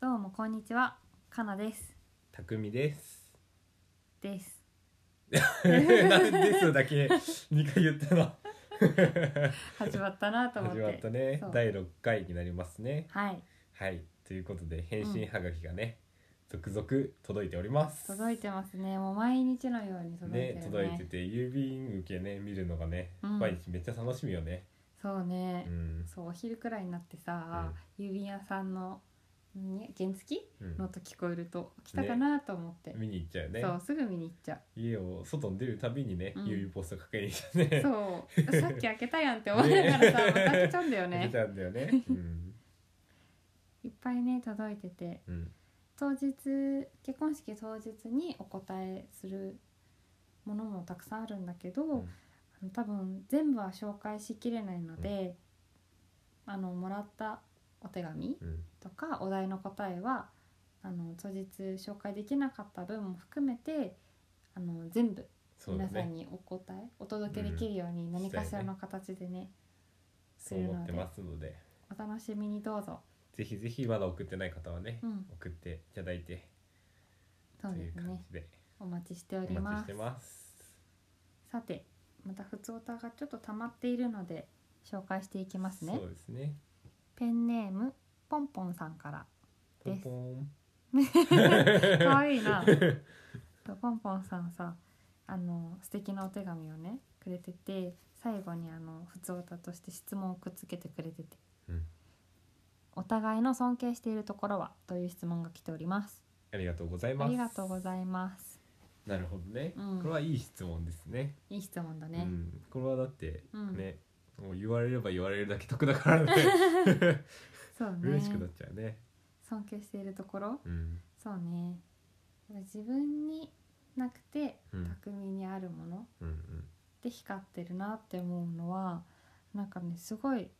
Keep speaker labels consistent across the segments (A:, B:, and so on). A: どうもこんにちは、かなです。
B: たくみです。
A: です。
B: なんでですだけ二回 言ったの。
A: 始まったなと思っ
B: 始
A: て。
B: まったね
A: そう。
B: 第六回になりますね。
A: はい、
B: はい。ということで返信はがきがね、続々届いております。
A: 届いてますね。もう毎日のように届いてるね。
B: ね届いてて郵便受けね見るのがね、
A: うん
B: 毎日めっちゃ楽しみよね。
A: そうね
B: う。ん。
A: そうお昼くらいになってさ、郵便屋さんのに原付
B: うん
A: の音聞こえると来たかなと思って、
B: 見に行っちゃうね
A: そうすぐ見に行っちゃ
B: 家を外に出るたびにね、
A: うん
B: 郵便ポスト確認してね
A: うそうさっき開けたやんって思いながらさ、
B: ね
A: また開けちゃうんだよ
B: 出
A: ね
B: ちゃうんだ よね、うん
A: いっぱいね届いてて
B: うん、
A: 当日結婚式当日にお答えするものもたくさんあるんだけど、
B: ん
A: あの多分全部は紹介しきれないので、あのもらったお手紙
B: うん
A: とかお題の答えはあの当日紹介できなかった分も含めてあの全部
B: そうだ
A: 皆さん
B: ね
A: にお答え、お届けできるように何かしらの形でね,、
B: そう思ってますので
A: お楽しみにどうぞ。
B: ぜひぜひまだ送ってない方はね、
A: うん、
B: 送っていただいて
A: そ
B: と
A: う
B: い
A: で
B: う
A: す
B: 感
A: ね。
B: じで
A: お待ちしてお
B: お
A: り
B: 待ち
A: ま
B: し
A: す
B: て。ます。
A: さてまた普通歌がちょっと溜まっているので紹介していきますね
B: そうですね。
A: ペンネームポンポンさん から
B: ポ
A: で
B: ン
A: す
B: ポン。
A: 可愛いなそうポンポンさんさあの素敵なお手紙をねくれてて最後にあの普通歌として質問をくっつけてくれてて、
B: うん
A: お互いの尊敬しているところはという質問が来ております
B: ありがとうござい
A: あ
B: ます。
A: りがとうございます
B: なるほどね、
A: うん
B: これはいい質問ですね。
A: いい質問だ
B: う
A: ね、
B: ん、これはだって、
A: うん
B: ね、もう言われれば言われるだけ得だからね。
A: そう ね
B: 嬉しくなっちゃうね。
A: 尊敬しているところ
B: うん。
A: そうね自分になくて
B: うん
A: 匠にあるもの
B: うんうん。
A: で光ってるなって思うのはなんかねすごい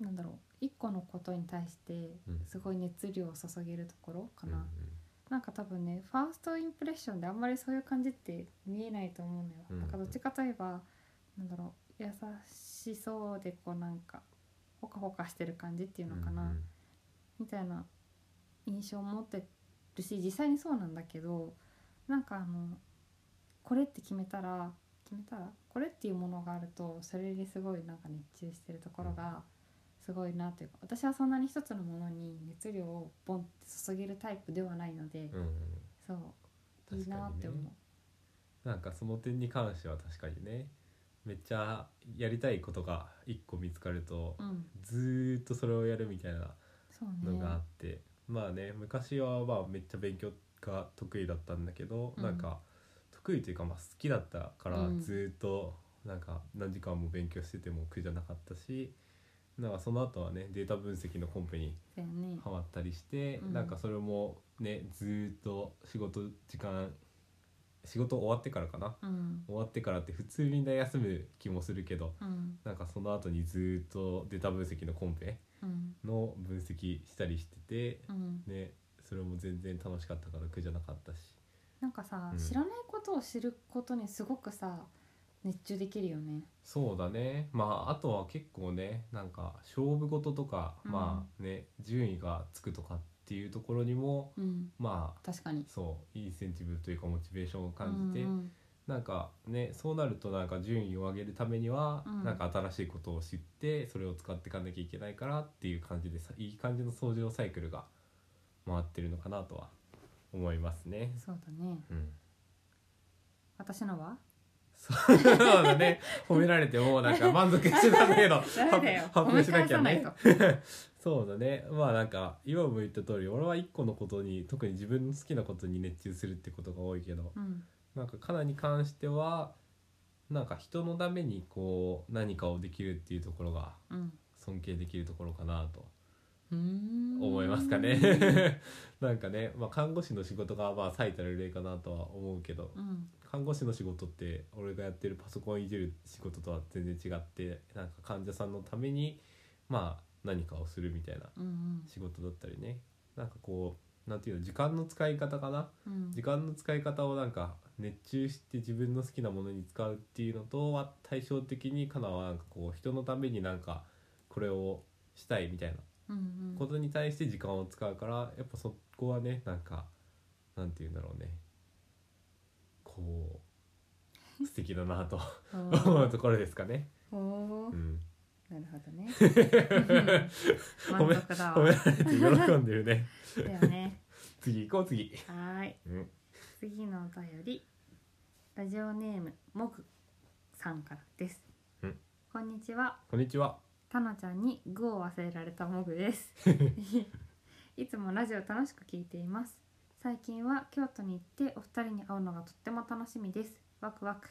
A: なんだろう一個のことに対して
B: うん
A: すごい熱量を注げるところかな、
B: うんうん
A: なんか多分ねファーストインプレッションであんまりそういう感じって見えないと思うのよ、
B: うん
A: なんかどっちかといえばなんだろう優しそうでこうなんかほかほかしてる感じっていうのかな、
B: うん
A: みたいな印象を持ってるし実際にそうなんだけどなんかあのこれって決めたら決めたらこれっていうものがあるとそれにすごいなんか熱中してるところがすごいなというか私はそんなに一つのものに熱量をボンって注げるタイプではないので、
B: うん。うんうん
A: そうい
B: 確
A: い
B: かにね
A: なって思う。
B: なんかその点に関しては確かにね。めっちゃやりたいことが一個見つかると、
A: うん、
B: ずーっとそれをやるみたいな
A: そう
B: の
A: ね
B: があって、まあね昔はまあめっちゃ勉強が得意だったんだけど、
A: うん
B: なんか得意というかまあ好きだったから
A: うん
B: ずっとなんか何時間も勉強してても苦じゃなかったしなんかその後はねデータ分析のコンペに
A: だよね
B: ハマったりして、
A: うん
B: なんかそれもねずっと仕事時間仕事終わってからかな
A: うん
B: 終わってからって普通みんな休む気もするけど
A: うん
B: なんかその後にずっとデータ分析のコンペ
A: うん
B: の分析したりしてて、
A: うん、
B: ねそれも全然楽しかったから苦じゃなかったし
A: なんかさ、
B: うん
A: 知らないことを知ることにすごくさ熱中できるよね。
B: そうだねまああとは結構ねなんか勝負事とか、
A: うん
B: まあね順位がつくとかっていうところにも
A: うん、
B: まあ
A: 確かに
B: そうインセンティブというかモチベーションを感じて、
A: うんうん
B: なんかねそうなるとなんか順位を上げるためには、
A: うん
B: なんか新しいことを知ってそれを使っていかなきゃいけないからっていう感じでさいい感じの相乗サイクルが回ってるのかなとは思いますね。
A: そうだね
B: うん
A: 私のは
B: そうだね。褒められてもうなんか満足してたんだけど、
A: ダメだよ
B: 発発表しなきゃ
A: 褒め
B: ね
A: 返。
B: そうだね。まあなんか、今も言った通り、俺は一個のことに、特に自分の好きなことに熱中するってことが多いけど、
A: うん
B: なんかカナに関しては、なんか人のためにこう、何かをできるっていうところが、
A: うん
B: 尊敬できるところかなと
A: うーん
B: 思いますかね。 なんかね、まあ看護師の仕事がまあ最たる例かなとは思うけど、
A: うん
B: 看護師の仕事って俺がやってるパソコンいじる仕事とは全然違ってなんか患者さんのためにまあ何かをするみたいな
A: うん
B: 仕事だったりねなんかこうなんていうの時間の使い方かな
A: うんうん
B: 時間の使い方をなんか熱中して自分の好きなものに使うっていうのとは対照的にカナはなんかこう人のためになんかこれをしたいみたい
A: う
B: な
A: んうんうん
B: ことに対して時間を使うからやっぱそこはねなんかなんて言うんだろうねこう素敵だなと 思うところですかね。
A: おお
B: う
A: ー
B: ん、
A: なるほどね
B: 褒め
A: 満足だ
B: 褒
A: わ
B: められて喜んでるね。
A: だよね
B: 次行こう次。
A: はーい
B: うん、
A: 次のお便りラジオネームもぐさんからです、
B: うん
A: こんにちは
B: こんにちは。
A: たなちゃんに具を忘れられたモグです いつもラジオ楽しく聞いています最近は京都に行ってお二人に会うのがとっても楽しみですワクワク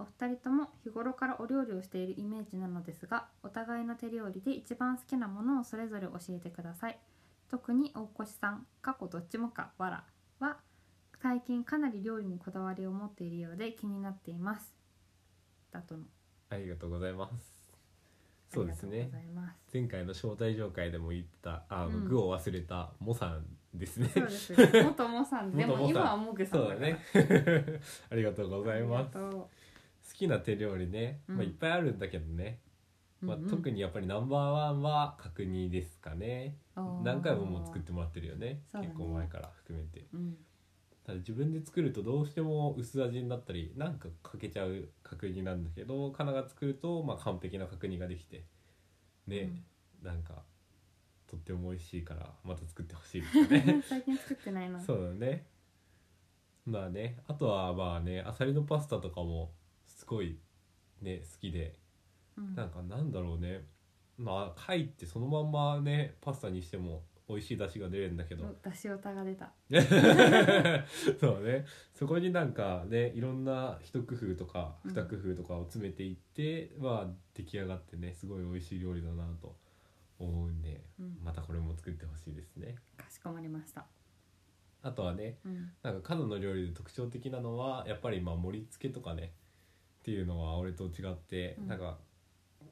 A: お二人とも日頃からお料理をしているイメージなのですがお互いの手料理で一番好きなものをそれぞれ教えてください特に大越さん過去どっちもかわらは最近かなり料理にこだわりを持っているようで気になっていますだとの
B: ありがとうございます。
A: あ
B: そう
A: り
B: で
A: が
B: す
A: とうござい
B: ね。
A: ます
B: 前回の招待状会でも言ったあ
A: う
B: の、
A: ん
B: 具を忘れたモさんですね。
A: そうですよ。元モさんで
B: 元
A: も
B: モさん
A: 今はモグさん
B: そう
A: か
B: だ
A: ら
B: ね。。ありがとうございます。
A: ありがと
B: 好きな手料理ね、
A: うん
B: まあ、いっぱいあるんだけどね、
A: う
B: まあ
A: うんうん、
B: 特にやっぱりナンバーワンは角煮ですかね
A: あー
B: 何回ももう作っ。てもらってるよね
A: そうだね
B: 結構前から含めて
A: うん。
B: ただ自分で作るとどうしても薄味になったりなんか欠けちゃう角煮なんだけどかなが作るとまあ完璧な角煮ができてね、なんかとっても美味しいからまた作ってほしいですよ ね
A: うん最近作ってないな。
B: そうだねまあねあとはまあねあさりのパスタとかもすごいね好きで
A: うん。
B: なんかなんだろうねまあ貝ってそのまんまねパスタにしても美味しい出汁が出るんだけど、
A: 出しタが出た。
B: そうねそこになんかねいろんな一工夫とか
A: うん
B: 二工夫とかを詰めていって、まあ出来上がってねすごい美味しい料理だなと思うんで
A: うん。
B: またこれも作ってほしいですね
A: かしこまりました。
B: あとはね
A: うん。
B: なんか角の料理で特徴的なのはやっぱりまあ盛り付けとかねっていうのは俺と違って、
A: うん
B: なんか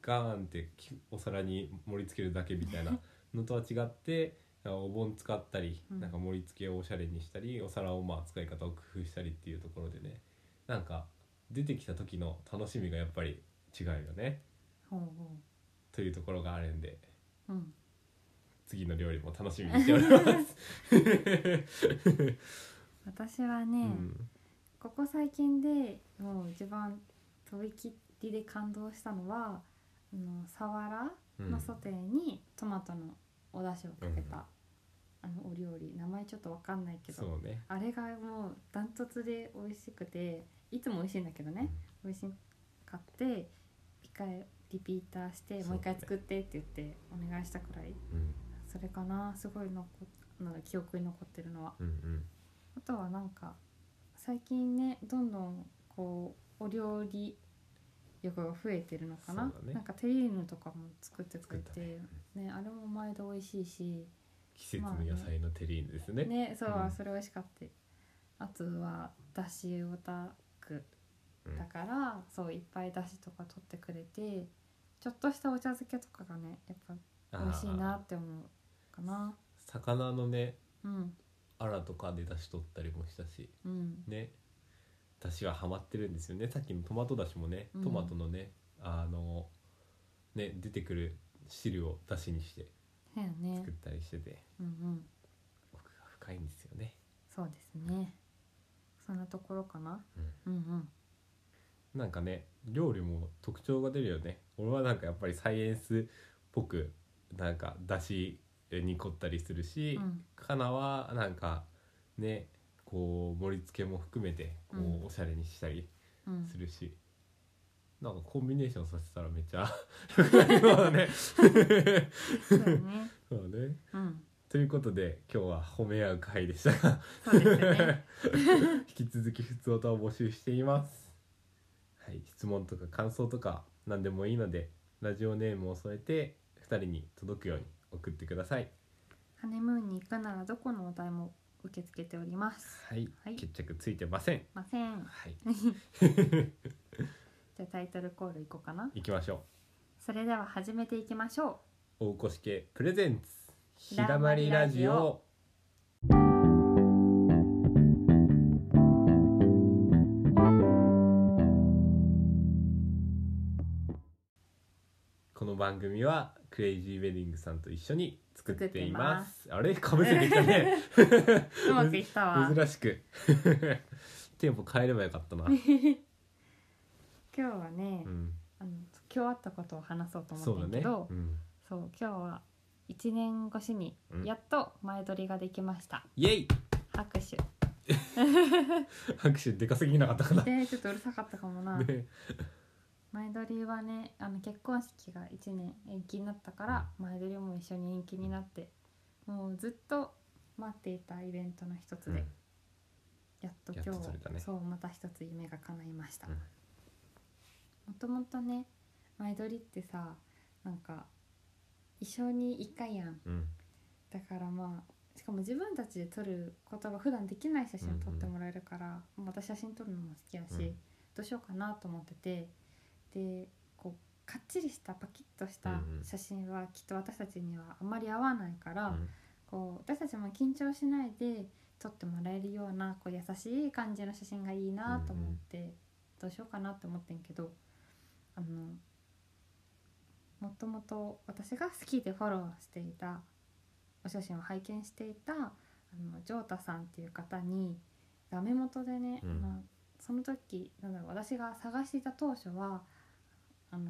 B: ガーンってきお皿に盛り付けるだけみ たいなのとは違ってなんかお盆使ったり、
A: うん
B: なんか盛り付けをおしゃれにしたりお皿をまあ使い方を工夫したりっていうところでねなんか出てきた時の楽しみがやっぱり違うよね
A: ほうほ
B: というところがあるんで
A: う。うん。
B: 次の料理も楽しみにしております。
A: 私は
B: う
A: ね、
B: ん
A: ここ最近でもう一番飛び切りで感動したのは、あのサワラ。
B: うん
A: のソテーにトマトのお出汁をかけた、あのお料理名前ちょっとわかんないけど
B: そうね
A: あれがもうダントツで美味しくていつも美味しいんだけどね、美味しかって一回リピーターして
B: そ
A: もう
B: うね
A: 一回作ってって言ってお願いしたくらい
B: うん
A: それかなすごい残っなんだ記憶に残ってるのは
B: うんうん
A: あとはなんか最近ねどんどんこうお料理欲が増えてるのかな、
B: そうだね
A: なんかテリーヌとかも作ってくれ
B: 作った
A: て
B: ね
A: ねあれも毎度美味しいし
B: 季節の野菜のテリーヌですね。
A: ねそう、
B: うん
A: それ美味しかったあとはだしオタク
B: うん
A: だから、そういっぱいだしとか取ってくれてちょっとしたお茶漬けとかがねやっぱ美味しいなって思うかな
B: あー魚のね
A: うん
B: アラとかで出汁取ったりもしたし
A: うん
B: ね出汁はハマってるんですよねさっきのトマト出汁もね
A: うん
B: トマトのね、あのね出てくる汁を出汁にして
A: そうよね
B: 作ったりしてて
A: うんうん
B: 奥が深いんですよね
A: そうですねそんなところかな、うん、うん
B: なんかね料理も特徴が出るよね俺はなんかやっぱりサイエンスっぽくなんか出汁に凝ったりするし、
A: うん
B: かなはなんかねこう盛り付けも含めてこ
A: うん
B: うおしゃれにしたり
A: うん
B: するし、なんかコンビネーションさせたらめっ ちゃ良くなりそうだね。
A: そうよね
B: そうね
A: うん
B: ということで今日は褒め合う回でしたが
A: そうですね
B: 引き続き普通歌を募集しています。はい、質問とか感想とか何でもいいのでラジオネームを添えて2人に届くように送ってください。
A: ハネムーンに行くならどこのお題も受け付けております
B: はい、
A: はい
B: 決着ついてません。
A: ません
B: はい、
A: じゃあタイトルコールいこうかな
B: 行きましょう。
A: それでは始めていきましょう
B: 大越家プレゼンツ
A: ひだまりラジオ
B: この番組はクレイジーウェディングさんと一緒に作っていま
A: 作
B: すあれかぶせてきたね
A: うまくいったわ
B: 珍しく テンポ変えればよかったな、
A: 今日はね、
B: うん、
A: あの今日あったことを話そうと
B: そ
A: 思
B: う
A: っ
B: だ
A: た
B: ね
A: けどそう,、
B: うん、
A: 今日は1年越しに
B: うん
A: やっと前撮りができました、
B: イエイ
A: 拍 手
B: 拍手でかすぎなかったかな、
A: でちょっとうるさかったかもな、
B: ね
A: 前撮りはねあの結婚式が1年延期になったから前撮りも一緒に延期になってもうずっと待っていたイベントの一つで、やっと今
B: やっ
A: 日
B: と撮れたね
A: そうまた一つ夢が叶いました、
B: うん
A: もともとね前撮りってさなんか一生に1回やん
B: うん
A: だからまあしかも自分たちで撮ることが普段できない写真を撮ってもらえるから、まあ私写真撮るのも好きやし、
B: うん
A: どうしようかなと思っててでこうかっちりしたパキッとし
B: う
A: た
B: んうん
A: 写真はきっと私たちにはあまり合わないから、
B: うん
A: こう私たちも緊張しないで撮ってもらえるようなこう優しい感じの写真がいいなと思って、どうしようかなって思ってんけどあのもともと私が好きでフォローしていたお写真を拝見していたあのジョータさんっていう方にダメ元でね、
B: うん
A: あのその時なんだろう私が探していた当初はあの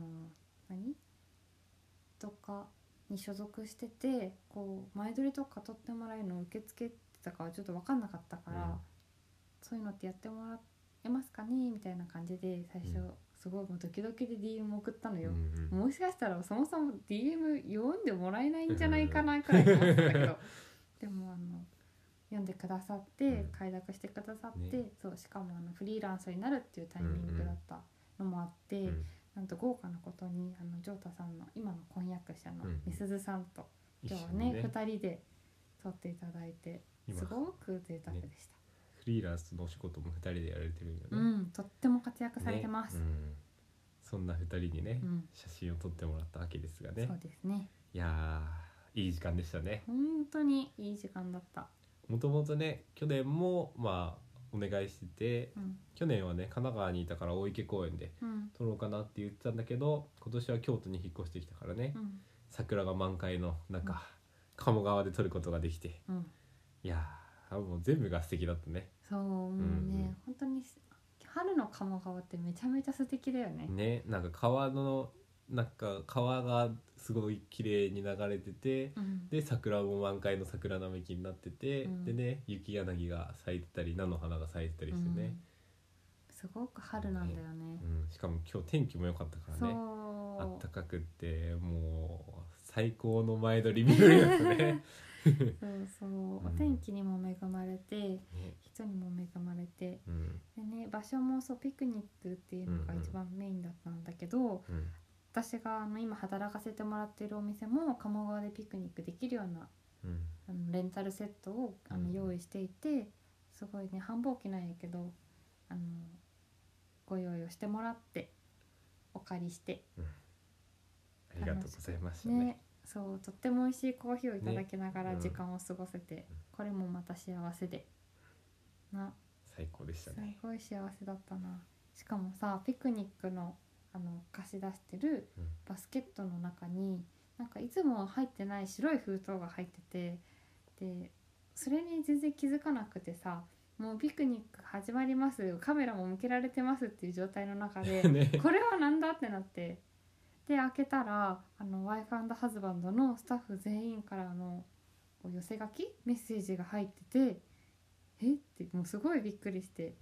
A: 何とかに所属しててこう前撮りとか撮ってもらえるのを受け付けてたかはちょっと分かんなかったから、
B: うん
A: そういうのってやってもらえますかねみたいな感じで最初、
B: うん
A: すごいもうドキドキで DM 送ったの
B: うん
A: よ、
B: うん
A: もしかしたらそもそも DM 読んでもらえないんじゃないか なくらい思ってたけどでもあの読んでくださって、
B: うん
A: 快諾してくださって、
B: ね
A: そうしかもあのフリーランスになるっていうタイミングだったのもあって、
B: うん
A: なんと豪華なことにあのジョータさんの今の婚約者の
B: うん
A: みすずさんと
B: 一
A: 今日
B: 緒
A: は
B: に
A: ね
B: ね
A: 2人で撮っていただいて
B: 今
A: す
B: フ
A: ごく贅沢でした、
B: リーランスのお仕事も二人でやられてるんよね、
A: うんとっても活躍されてます、
B: ねうんそんな二人にね、
A: うん
B: 写真を撮ってもらったわけですがね
A: そうですね
B: いやーいい時間でしたね
A: 本当にいい時間だった、
B: もともとね去年もまあお願いしてて
A: うん
B: 去年はね神奈川にいたから大池公園で
A: うん
B: 撮ろうかなって言ってたんだけど今年は京都に引っ越してきたからね、
A: うん
B: 桜が満開の中、
A: うん
B: 鴨川で撮ることができて
A: うん、
B: いやーもう全部が素敵だったね
A: そうもうね、
B: うん
A: 本当に春の鴨川ってめちゃめちゃ素敵だよね
B: ねなんか川のなんか川がすごい綺麗に流れてて、
A: うん
B: で桜も満開の桜並木になってて、
A: うん
B: でね雪柳が咲いてたり菜の花が咲いてたりしてね、
A: うんすごく春なんだよね
B: うんしかも今日天気も良かったからねあ
A: そ
B: っ
A: う
B: たかくってもう最高の前撮り見れるや つね
A: そうそう
B: うん
A: お天気にも恵まれて、
B: ね、
A: 人にも恵まれて
B: うん
A: でね場所もそうピクニックっていうのが一番メインだったんだけど、
B: うん
A: 私があの今働かせてもらってるお店も鴨川でピクニックできるような
B: うん
A: あのレンタルセットをあ
B: う
A: の
B: ん
A: 用意していて、すごいね繁忙期なんやけどあのご用意をしてもらってお借りして
B: ありがとうございましたね
A: ねそうとっても美味しいコーヒーをいただきなが
B: ね
A: ら
B: うん
A: 時間を過ごせて、これもまた幸せでな
B: 最高でした
A: す
B: ね
A: ごい幸せだったなしかもさピクニックのあの貸し出してる
B: うん
A: バスケットの中になんかいつもは入ってない白い封筒が入っててでそれに全然気づかなくてさもうピクニック始まりますカメラも向けられてますっていう状態の中で
B: ね
A: これはなんだってなってで開けたらあのワイフハズバンドのスタッフ全員からのこう寄せ書きメッセージが入っててえってもうすごいびっくりして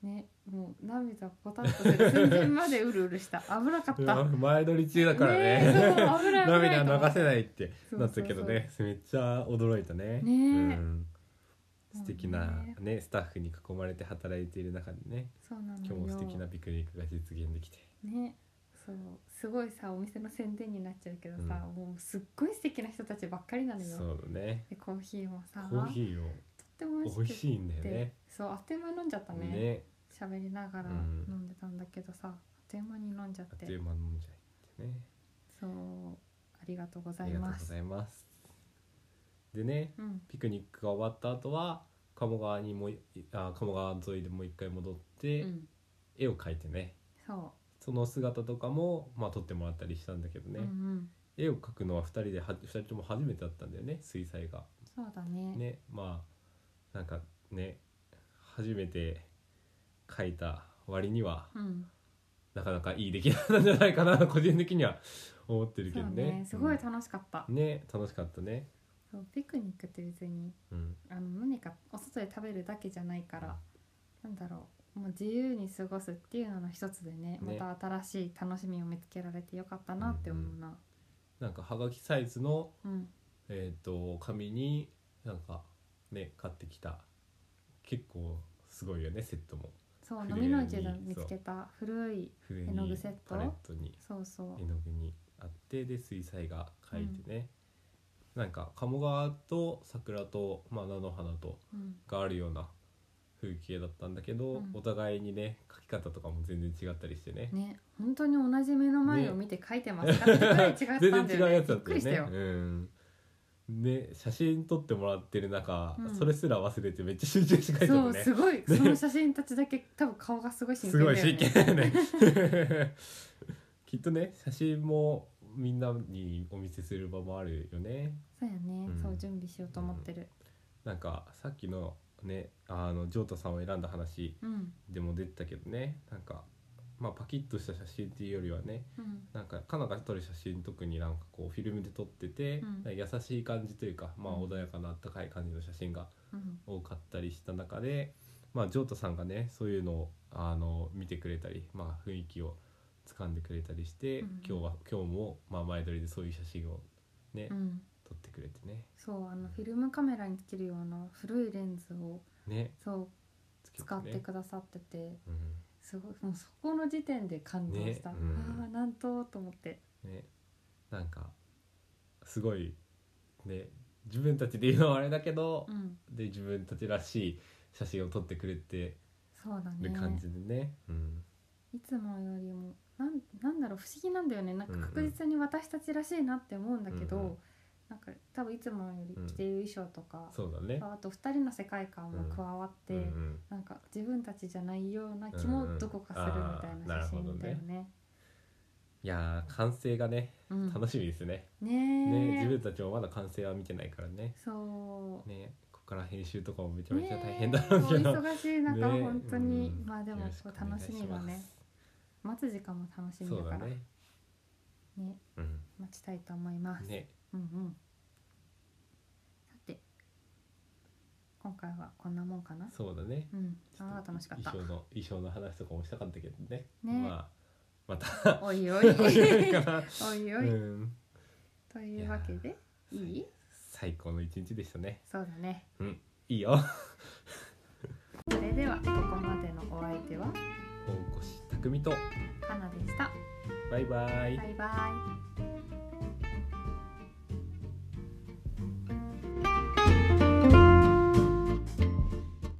A: ねもう涙ポタッとする寸前までうるうるした 危なかっ
B: うん、
A: た。
B: うん前撮り中だからね
A: えそう危ない危ない
B: 涙
A: と思って
B: 流せないって
A: そう
B: なったけどねめっちゃ驚いたね
A: ねえ
B: うん、素敵な
A: もうね
B: ねスタッフに囲まれて働いている中でね
A: そうなのよ
B: 今日も素敵なピクニックが実現できて
A: ねそうすごいさお店の宣伝になっちゃうけどさ、
B: うん
A: もうすっごい素敵な人たちばっかりなのよ
B: そうだね
A: でコーヒーもさ
B: コーヒーを
A: とっても
B: 美味しいんだよ
A: くて
B: ね
A: そうあっという間に飲んじゃったね
B: ね
A: 喋、りながら
B: うん
A: 飲んでたんだけどさ、あっという間に飲んじゃっ
B: あってという間のんじゃいってね
A: そうありがとうござ
B: あ
A: い
B: りがとう
A: ま
B: ご
A: す
B: ざいますでね
A: うん
B: ピクニックが終わった後は鴨川にもいあ鴨川沿いでもう一回戻っ
A: う
B: て、
A: ん
B: 絵を描いてね
A: そ
B: その姿とかも、まあ、撮ってもらったりしたんだけど
A: う、
B: ね、
A: うんうん
B: 絵を描くのは2人では2人とも初めてだったんだよね水彩画。
A: そうだね
B: ねまあなんかね初めて描いた割には
A: うん
B: なかなかいい出来なんじゃないか な個人的には思ってるけ
A: そ
B: ど
A: う
B: ね
A: ねすごい楽しかった、
B: うんね楽しかったね
A: そうピクニックって別に
B: うん
A: あの何かお外で食べるだけじゃないから、なんだろうもう自由に過ごすっていうのの一つでね
B: ね
A: また新しい楽しみを見つけられてよかったなって思うな、
B: なんかはがきサイズの
A: うん
B: えー、と紙になんかね買ってきた結構すごいよねセットも
A: そう
B: 筆
A: 飲
B: に
A: みの市で見つけた古い
B: 筆
A: 絵の具
B: に
A: セット
B: パレットに
A: そうそ
B: 絵の具にあってで水彩画描いてね、なんか鴨川と桜と、まあ、菜の花と
A: う、うん、
B: があるような風景だったんだけど、
A: うん
B: お互いにね描き方とかも全然違ったりしてね
A: ね本当に同じ目の前を見て描いてますかってぐらい違ったんだよ
B: 全
A: ね
B: 然違うやつだ
A: びっ
B: っ
A: く
B: た
A: りした
B: よ
A: よ
B: ね。うんね、写真撮ってもらってる中、
A: うん
B: それすら忘れてめっちゃ集中して描いて
A: そ
B: る
A: う
B: ね
A: すごいその写真たちだけ多分顔がすごい真
B: す
A: 剣だ
B: ご
A: よ
B: い
A: ね
B: 真剣だよね きっとね写真もみんなにお見せする場もあるよね
A: そうやね、
B: うん
A: そう準備しようと思ってる
B: なんかさっきのねあのジョータさんを選んだ話
A: うん
B: でも出てたけどねなんかまあパキッとした写真っていうよりはね
A: うん
B: なんかカナが撮る写真特になんかこうフィルムで撮ってて、
A: うん
B: なんか優しい感じというかまあ
A: うん
B: 穏やかなあったかい感じの写真が
A: うん
B: 多かったりした中で、まあ、ジョータさんがねそういうのをあの見てくれたり、まあ、雰囲気をつかんでくれたりして、
A: うん
B: 今日は今日も、まあ、前撮りでそういう写真をね、
A: うん
B: 撮ってくれてね
A: そうあのフィルムカメラにつけるような古いレンズを
B: ね
A: そう
B: つけ
A: 使って
B: ね
A: くださってて
B: う
A: すごいもうそこの時点で感動した、
B: ねうん
A: ああなんとと思って
B: んねなんかすごいね自分たちで言うのはあれだけど
A: う、ん
B: で自分たちらしい写真を撮ってくれて
A: そうだ
B: る感
A: ね
B: じでね、うん、
A: いつもよりもなんなんだろう不思議なんだよねなんか
B: うんうん
A: 確実に私たちらしいなって思うんだけど、
B: うんうん
A: なんか多分いつもより
B: うん
A: 着ている衣装とか、
B: そうだね。
A: あと2人の世界観も加わって、
B: うんうん
A: なんか自分たちじゃないような気もどこかするみたい
B: うんうんあー
A: な
B: なる
A: 写
B: ほど
A: 真
B: ね
A: だよね。
B: いやー完成がね
A: うん
B: 楽しみですね。ね、
A: ねえ
B: 自分たちもまだ完成は見てないからね
A: そう
B: ねここから編集とかもめちゃめ
A: ね
B: ちゃ
A: え
B: 大変だろうけど、
A: お忙しい中、
B: ねえ
A: 本当に、
B: うん
A: まあでも
B: よろしく
A: こ
B: お
A: う
B: 願
A: 楽
B: いし
A: し
B: ます
A: みがね待つ時間も楽しみ
B: そ
A: だ
B: う
A: か
B: だ
A: らね
B: ねうん
A: 待ちたいと思います、
B: ね
A: うんうんさて今回はこんなもんかな
B: そうだね
A: うんあー楽しかった
B: 衣装の衣装の話とかもしたかったけどね
A: ね
B: まあまた
A: おいお い
B: おいおいか
A: お
B: ない
A: お
B: う
A: い
B: ん
A: というわけでい
B: いやー
A: い
B: 最高の一日でしたね
A: そうだね
B: うんいいよ
A: それではここまでのお相手は
B: 大越匠と
A: かなでした
B: バイバイ
A: バイバイ